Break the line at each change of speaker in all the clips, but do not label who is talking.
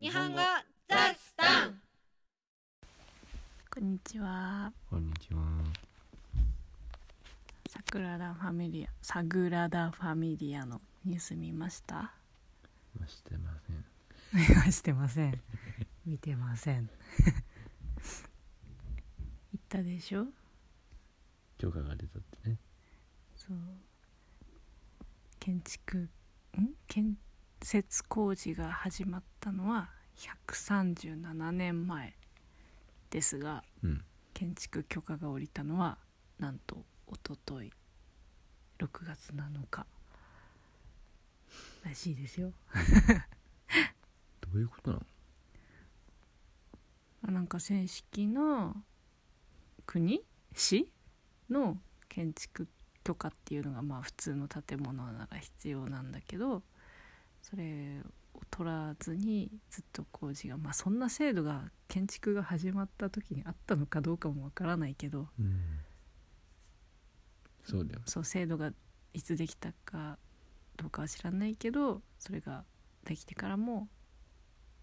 日本語ザスタン
こんにちは。
こんにちは。
サグラダ・ファミリア、サグラダ・ファミリアのニュース見ました。
ましてません。
見はしてません見てません
行ったでしょ
許可が出たってね。
そう。建築、ん建設工事が始まったのは137年前ですが、
うん。
建築許可が下りたのはなんと一昨日6月7日らしいですよ。
どういうことなの？
まあなんか正式な国市の建築許可っていうのがまあ普通の建物なら必要なんだけどそれを取らずにずっと工事がまあそんな制度が建築が始まった時にあったのかどうかもわからないけど
うん。そうだよ。
そう制度がいつできたかどうかは知らないけどそれができてからも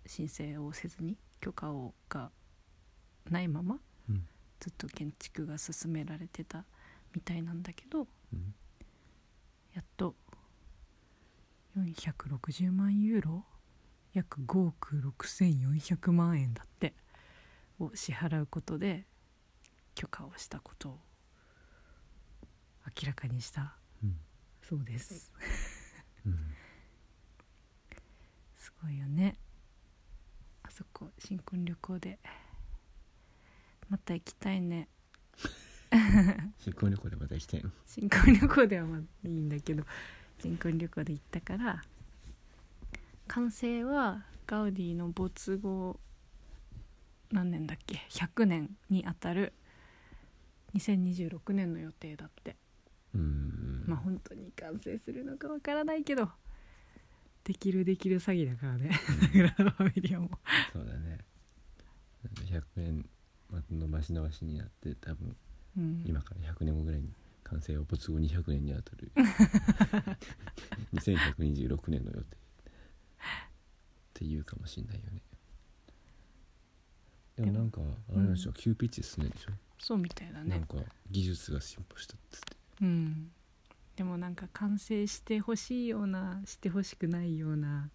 申請をせずに許可をがないまま
うん。
ずっと建築が進められてたみたいなんだけど
うん。
やっと
460万ユーロ約5億6400万円だって
を支払うことで許可をしたことを
明らかにした
うん。
そうです
うん。
すごいよねあそこ新婚旅行でまた行きたいね
新婚旅行でまた行きたいの。
新婚旅行ではまあいいんだけど新婚旅行で行ったから完成はガウディの没後何年だっけ100年にあたる2026年の予定だって
うん。
まあ本当に完成するのかわからないけど
できるできる詐欺だからね 桜田ファミリアも
そうだね。なんか100円また伸ばし伸ばしになって多分
うん
今から100年後ぐらいに完成を没後200年にあた る2126年の予定っていうかもしんないよねでもなんかあれなんでしょ、う急ピッチ進んでるでしょ、
そうみたいだ
な
ね
んか技術が進歩したっつって
うんでもなんか完成してほしいようなしてほしくないような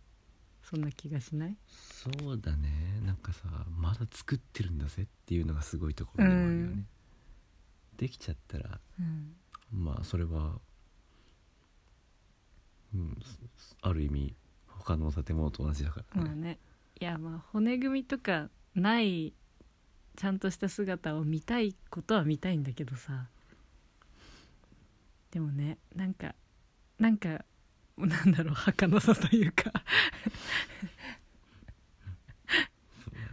そんな気がしない
そうだねなんかさまだ作ってるんだぜっていうのがすごいところでもあるよね、
うん
できちゃったら
うん
まあそれはうんすある意味他の建物と同じだから
まあ
ね、
ねいやまあ骨組みとかないちゃんとした姿を見たいことは見たいんだけどさでもねなんかなんかなんだろう儚さというか
そうだね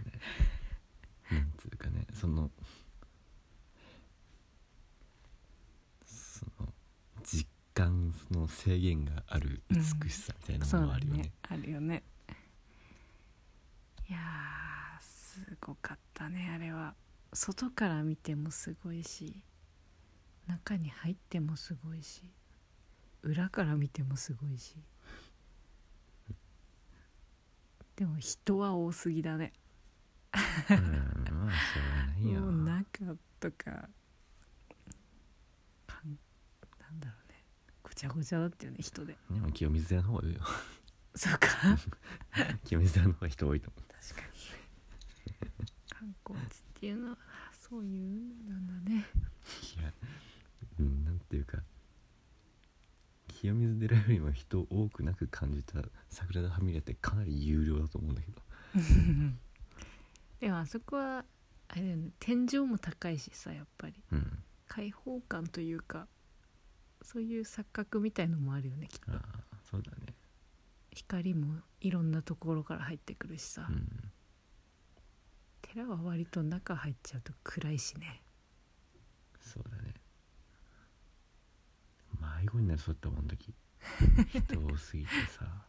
なんつうかねそのその実感の制限がある美しさみたいなものはあるよね,、
あるよねいやーすごかったねあれは外から見てもすごいし
中に入ってもすごいし裏から見てもすごいし
でも人は多すぎだね
うんまあしょうがないよ
もう中とかかんなんだろうねごちゃごちゃだったよね人で
でも清水寺の方がいいよ
そうか確か
清水寺の方が人多いと思
に観光地っていうのはそういうのなんだね
ういや うんなんていうか清水寺よりも人多くなく感じた桜田ファミリアってかなり有料だと思うんだけど
でもあそこはあれだよね天井も高いしさやっぱり
うん
開放感というかそういう錯覚みたいのもあるよねきっと
ああそうだね
光もいろんなところから入ってくるしさ、
うん
寺は割と中入っちゃうと暗いしね
そうだね迷子になりそうだったもんあの時人多すぎて さ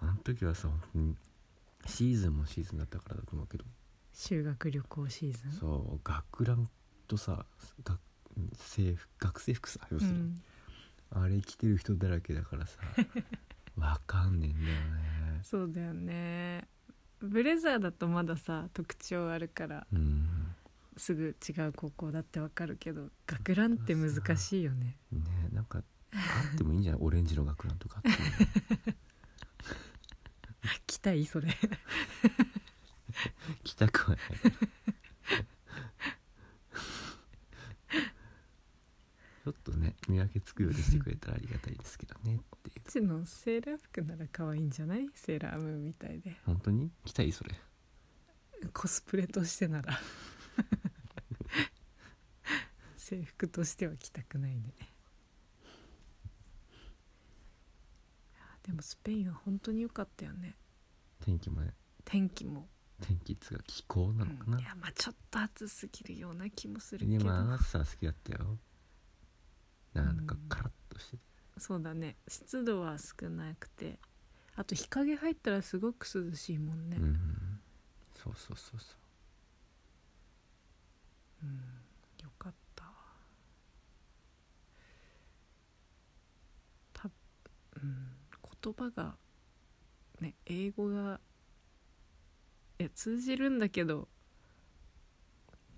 あの時はさ本当にシーズンもシーズンだったからだと思うけど、
修学旅行シーズン
そう学ランとさ学制服学生服さ要するに、あれ着てる人だらけだからさわかんねえんだよね
そうだよねブレザーだとまださ特徴あるから
うん
すぐ違う高校だってわかるけど学ランって難しいよね
ねなんかあってもいいんじゃないオレンジの学ランとかあっても
着たいそれ
着たくはないちょっとね見分けつくようにしてくれたらありがたいですけどねっていう
うちのセーラー服なら可愛いんじゃないセーラームーンみたいで
本当に着たいそれ
コスプレとしてな ら制服としては着たくないねあでもスペインは本当に良かったよね
天気もね
天気も、
天気っつうか気候なのか
うん、
ない
やまあちょっと暑すぎるような気もするけ
で
ど
もあなた好きだったよなんか
うん
カラッとしてて
そうだね湿度は少なくてあと日陰入ったらすごく涼しいもんね、
うんそうそうそうそう
よかったた、うん、
言葉がね英語がいや通じるんだけど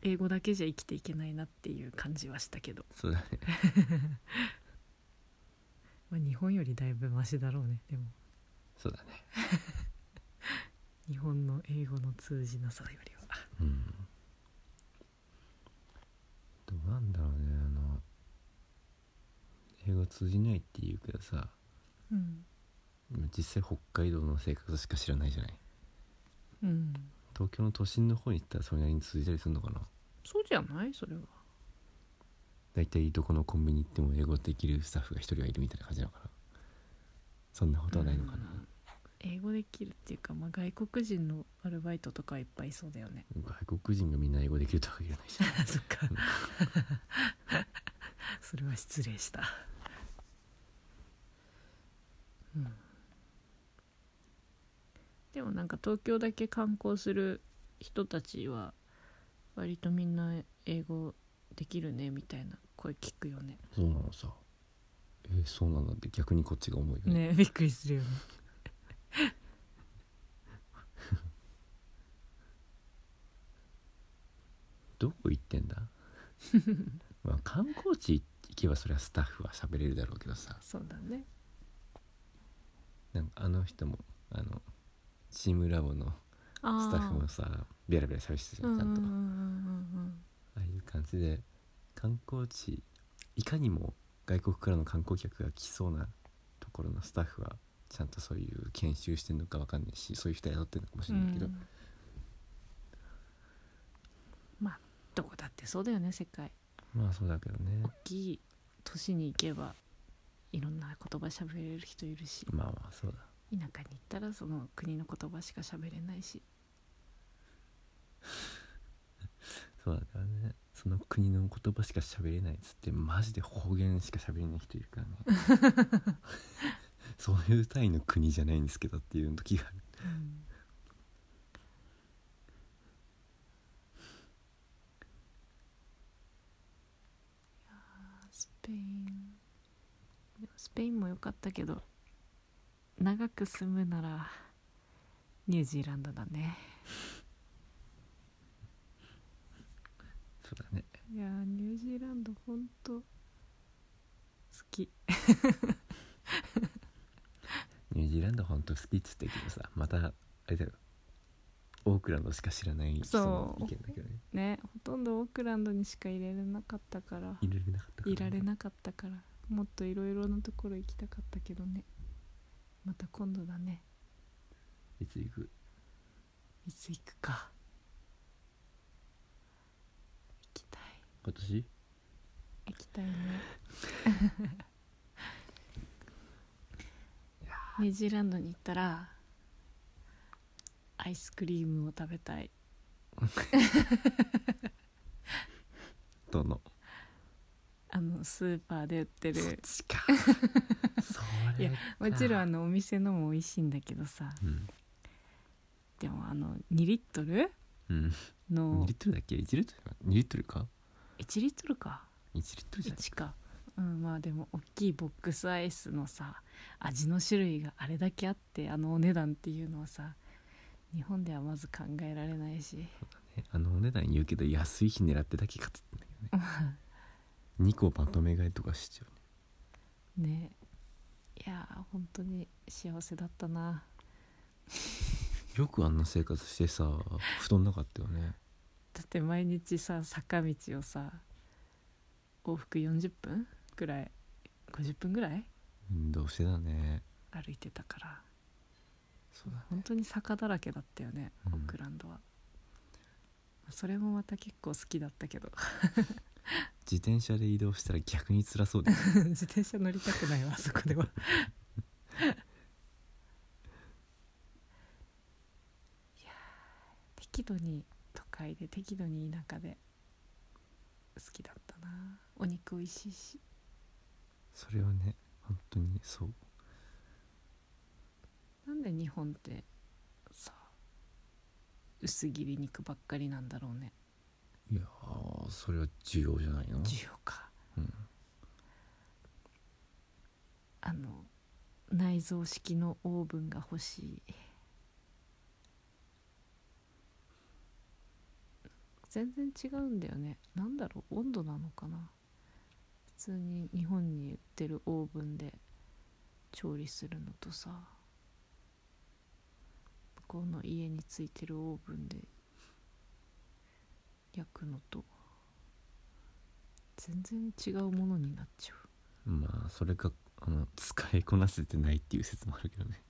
英語だけじゃ生きていけないなっていう感じはしたけど
そうだね
まあ、日本よりだいぶマシだろうねでも
そうだね
日本の英語の通じなさよりは
うんどうなんだろうねあの英語通じないって言うけどさ
うん
実際北海道の生活しか知らないじゃない
うん
東京の都心の方に行ったらそれなりに通じたりするのかな
そうじゃないそれは
大体どこのコンビニ行っても英語できるスタッフが一人はいるみたいな感じなのかなそんなことはないのかな、
うん英語できるっていうか、まあ、外国人のアルバイトとかいっぱいいそうだよね
外国人がみんな英語できるとは限らないじゃん
あそっか それは失礼した
でもなんか東京だけ観光する人たちは割とみんな英語できるねみたいな声聞くよね
そうなのさえーそうなんだって逆にこっちが思うよね
ねびっくりするよね
どこ行ってんだ まあ観光地行けばそれはスタッフは喋れるだろうけどさ
そうだね
なんかあの人もあのチームラボのスタッフもさベラベラ喋ってたじゃんちゃんと
うんうんう
あ
ん
あいう感じで観光地いかにも外国からの観光客が来そうなところのスタッフはちゃんとそういう研修してんのかわかんないしそういう人雇ってるのかもし
うんう
れ
ん
ないけど、
うんまあどこだってそうだよね世界
まあそうだけどね
大きい都市に行けばいろんな言葉喋れる人いるし
まあまあそうだ
田舎に行ったらその国の言葉しか喋れないし
そうだからねその国の言葉しか喋れないっつってマジで方言しか喋れない人いるからね そういう単位の国じゃないんですけどっていう時がある
スペインでもスペインも良かったけど長く住むならニュージーランドだね
そうだね
いやーニュージーランドほんと好き
ニュージーランドほんと好きっつってけどさまたあれだよオークランドしか知らない人
そ
の
う
意見だけどね
ねほとんどオークランドにしかいれなかったから
いられなかったからね
いられなかったからもっといろいろなところ行きたかったけどねまた今度だね
いつ行く
いつ行くか行きたい
今年
行きたいね ニュージーランドに行ったらアイスクリームを食べたい
どの
あのスーパーで売ってる
ち かそれ
いやもちろん
か
あのお店のも美味しいんだけどさ
うん、
でもあの2リットル
うん、2
の
リットルだっけ1リットルか2リットルか
1リットルか
1リットルじゃない
1かうん、まあでも大きいボックスアイスのさ味の種類があれだけあってあのお値段っていうのはさ日本ではまず考えられないし
ねあのお値段言うけど安い日狙ってだけ買ってたんだけどね2個まとめ買いとかしちゃうね
ねいやー本当に幸せだったな
よくあんな生活してさ太んなかったよね
だって毎日さ坂道をさ往復40分ぐらい50分ぐらい
運動してたね
歩いてたから
そうだ
本当に坂だらけだったよね、
うん
オークランドはそれもまた結構好きだったけど
自転車で移動したら逆に辛そうだよね
自転車乗りたくない わあそこではいやー適度に都会で適度に田舎で好きだったなお肉美味しいし
それはね本当にそう
なんで日本ってさ薄切り肉ばっかりなんだろうね
いやーそれは需要じゃないの
需要か
うん
あの内臓式のオーブンが欲しい全然違うんだよねなんだろう温度なのかな普通に日本に売ってるオーブンで調理するのとさ向こうの家についてるオーブンで焼くのと全然違うものになっちゃう
まあそれかあの使いこなせてないっていう説もあるけどね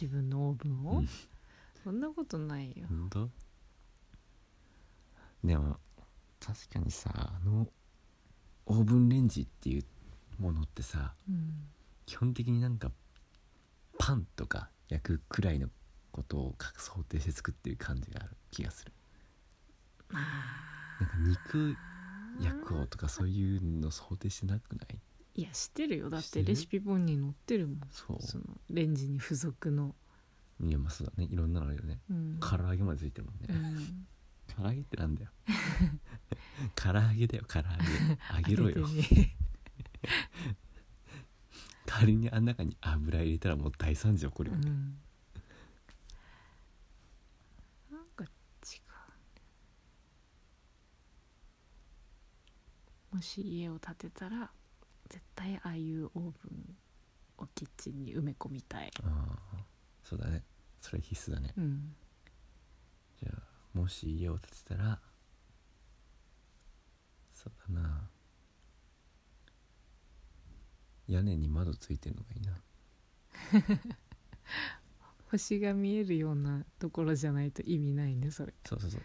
自分のオーブンを、
うん
そんなことないよ
本当でも確かにさあのオーブンレンジっていうものってさ
うん、
基本的になんかパンとか焼くくらいのことをか想定して作ってる感じがある気がするなんか肉焼こうとかそういうの想定してなくない
いや知ってるよだっ
して
て
る
レシピ本に載ってるもん
そ
そのレンジに付属の、
ういやまあそうだねいろんなのあるよね
うん
唐揚げまでついてるもんね、
うん
唐揚げってなんだよ唐揚げだよ唐揚げ揚げろよ
当ててね
仮にあん中に油入れたらもう大惨事起こる
う
よね、
んなんか違うもし家を建てたら絶対ああいうオーブンをキッチンに埋め込みたい、
ああそうだねそれ必須だね
うん、
じゃあもし家を建てたらそうだな屋根に窓ついてるのがいいな
星が見えるようなところじゃないと意味ないねそれ
そうそ うそう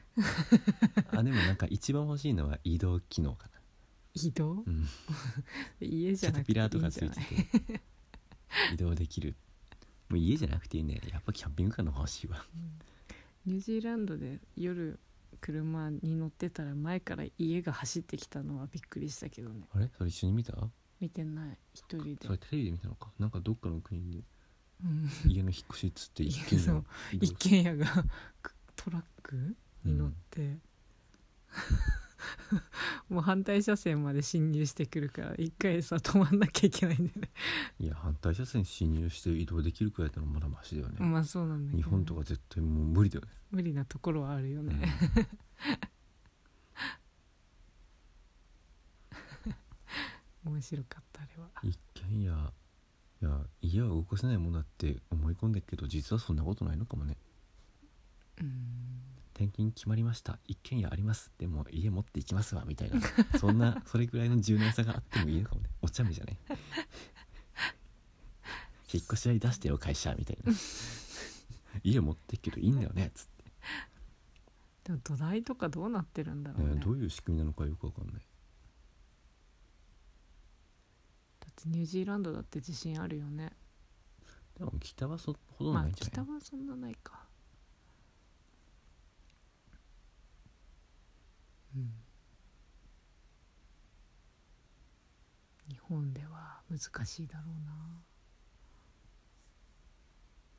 あでもなんか一番欲しいのは移動機能かな
移動
うん
家じ
キ
ゃ
ャ
な
タ
くて
ピ
いい
ラーと
ん
か
じ
つ
ゃ
い
な
て
い
て移動できるもう家じゃなくていいねやっぱキャンピングカーの方が欲しいわ
ニュージーランドで夜車に乗ってたら前から家が走ってきたのはびっくりしたけどね
あれそれ一緒に見た
見てない一人で
それテレビで見たのかなんかどっかの国で
うん
家の引っ越しっつって一軒家を移動
一軒家が くトラック
う
に乗っ
ん
て、もう反対車線まで進入してくるから一回さ止まんなきゃいけないんだよね、
いや反対車線進入して移動できるくらいだったらまだマシだよね、
まあそうなんだけ
日
ど
本とか絶対もう無理だよね
無理なところはあるよね、面白かったあれは
うん一軒家いや家は動かせないもんだって思い込んだけど実はそんなことないのかもね転勤決まりました一軒家ありますでも家持っていきますわみたいなそ んなそれくらいの柔軟さがあってもいいのかもねお茶目じゃない引っ越し代出してよ会社みたい な家持ってっけどいいんだよねつって
でも土台とかどうなってるんだろうね
ね
だ
ど
っ
ういう仕組みなのかよくわかんない
てニュージーランドだって地震あるよね
でも北はそほとんど
ま
な
あ
いんじゃ
北
ない、
はそんなないかうん日本では難しいだろうな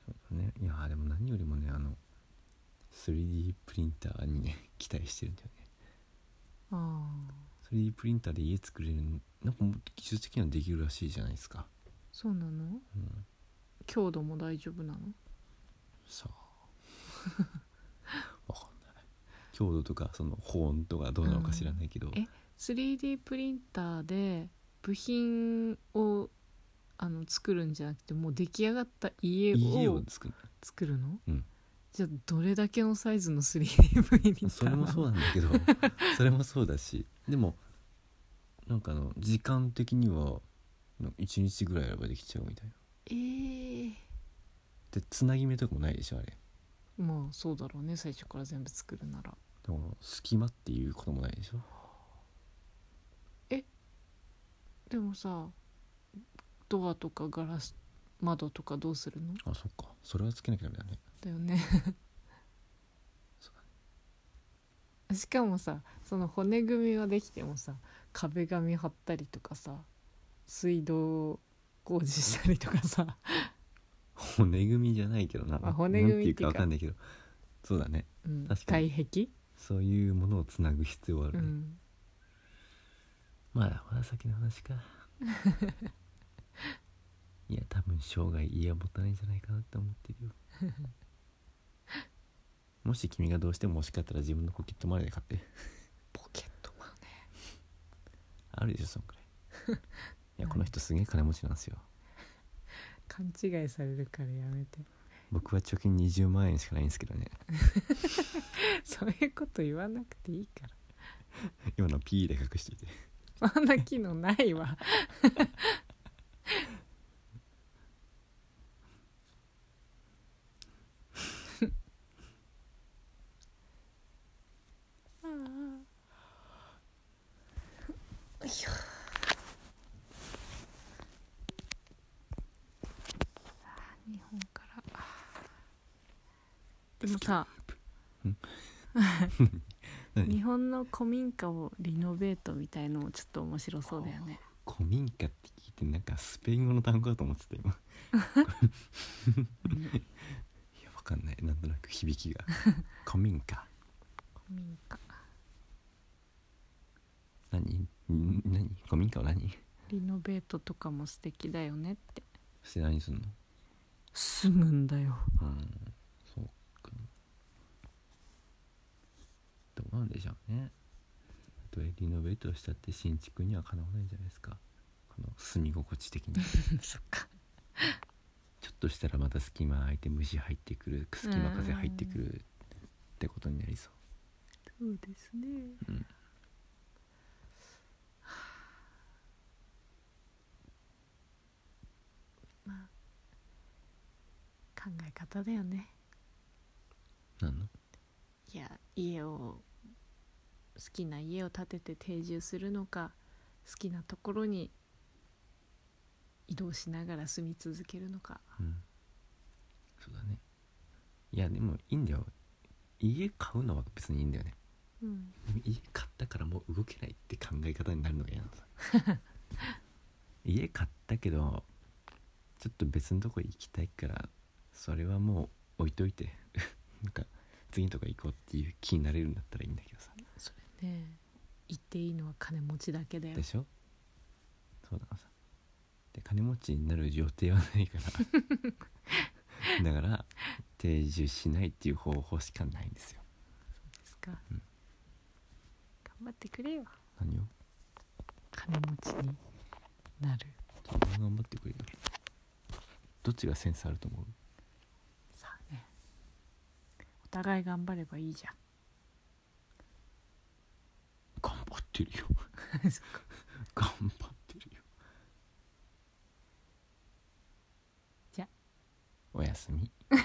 そうだねいやーでも何よりもねあの 3D プリンターにね期待してるんだよね
ああ
3D プリンターで家作れるなんかもう技術的にはできるらしいじゃないですか、
そうなの
うん、
強度も大丈夫なの
さあ わかんない強度とかその保温とかどうなのか知らないけど、
え 3D プリンターで部品をあの作るんじゃなくてもう出来上がった家
家を
を
作る
作るの、
うん
じゃあどれだけのサイズの 3D プリンターなの
それもそうなんだけどそれもそうだしでもなんかあの時間的にはなんか1日ぐらいあればできちゃうみたいな
えー、
でつなぎ目とかもないでしょあれだ
まあそうだろうね最初から全部作るなら
から隙間っていうこともないでしょ
でもさドアとかガラス窓とかどうするの
あそっかそれはつけなきゃダメだね
だよね
そう
しかもさその骨組みはできてもさ壁紙貼ったりとかさ水道工事したりとかさ
骨組みじゃないけどな
あ骨組み
なんていう
っていうか
かわかんないけどそうだね
うん
確かに
外壁、
そういうものをつなぐ必要はあ
う
るね、
ん、
まだまだ先の 話かいや多分生涯家は持たないんじゃないかなって思ってるよもし君がどうしても欲しかったら自分のポケットマネーで買って
ポケットマネー
あるでしょそんくらい いやこの人すげえ金持ちなんですよ
勘違いされるからやめ て
僕は貯金20万円しかないんですけどね
そういうこと言わなくていいから
今の P で隠していて
そんな機能ない わ
日本からでもさ 日
何
本の古民家をリノベートみたいのもちょっと面白そうだよね
古民家って聞いてなんかスペイン語の単語だと思ってた今いやわかんないなんとなく 響きが古民家
古民家
何ん何古民家は何
リノベートとかも素敵だよねって
そして何すんの
住むんだよ
うんそうかどうなんでしょうねたとえリノベートしたって新築にはかなわないじゃないですかこの住み心地的に
そっか
ちょっとしたらまた隙間空いて虫入ってくる隙間風入ってくるってことになりそう
そうですね
うん
考え方だよね
なんの
いや家を好きな家を建てて定住するのか好きなところに移動しながら住み続けるのか
うんそうだねいやでもいいんだよ家買うのは別にいいんだよね
うん
でも家買ったからもう動けないって考え方になるのが嫌なのさ 家買ったけどちょっと別のとこ行きたいからそれはもう置いといて なんか次のとこ行こうっていう気になれるんだったらいいんだけどさ
それね言っていいのは金持ちだけだよ
でしょそうだからさで金持ちになる予定はないからだから定住しないっていう方法しかないんですよ
ですか、
うん
頑張ってくれよ
何を
金持ちになる
頑張ってくれよどっちがセンスあると思う
さあねお互い頑張ればいいじゃん
頑張っ てるよ
そっか
頑張ってるよ
じゃ
おやすみ
今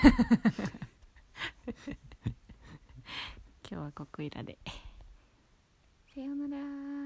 日はここいらでさようなら